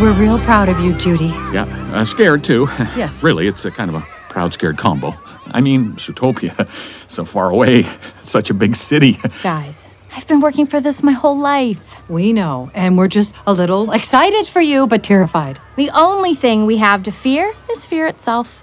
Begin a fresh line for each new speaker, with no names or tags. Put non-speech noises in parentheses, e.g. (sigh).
We're real proud of you, Judy.
Yeah, uh, scared too. (laughs)
Yes.
really, it's a kind of a proud, scared combo. I mean, Zootopia, (laughs) so far away, (laughs) such a big city. (laughs)
Guys, I've been working for this my whole life.
We know, and we're just a little excited for you, but terrified.
The only thing we have to fear is fear itself.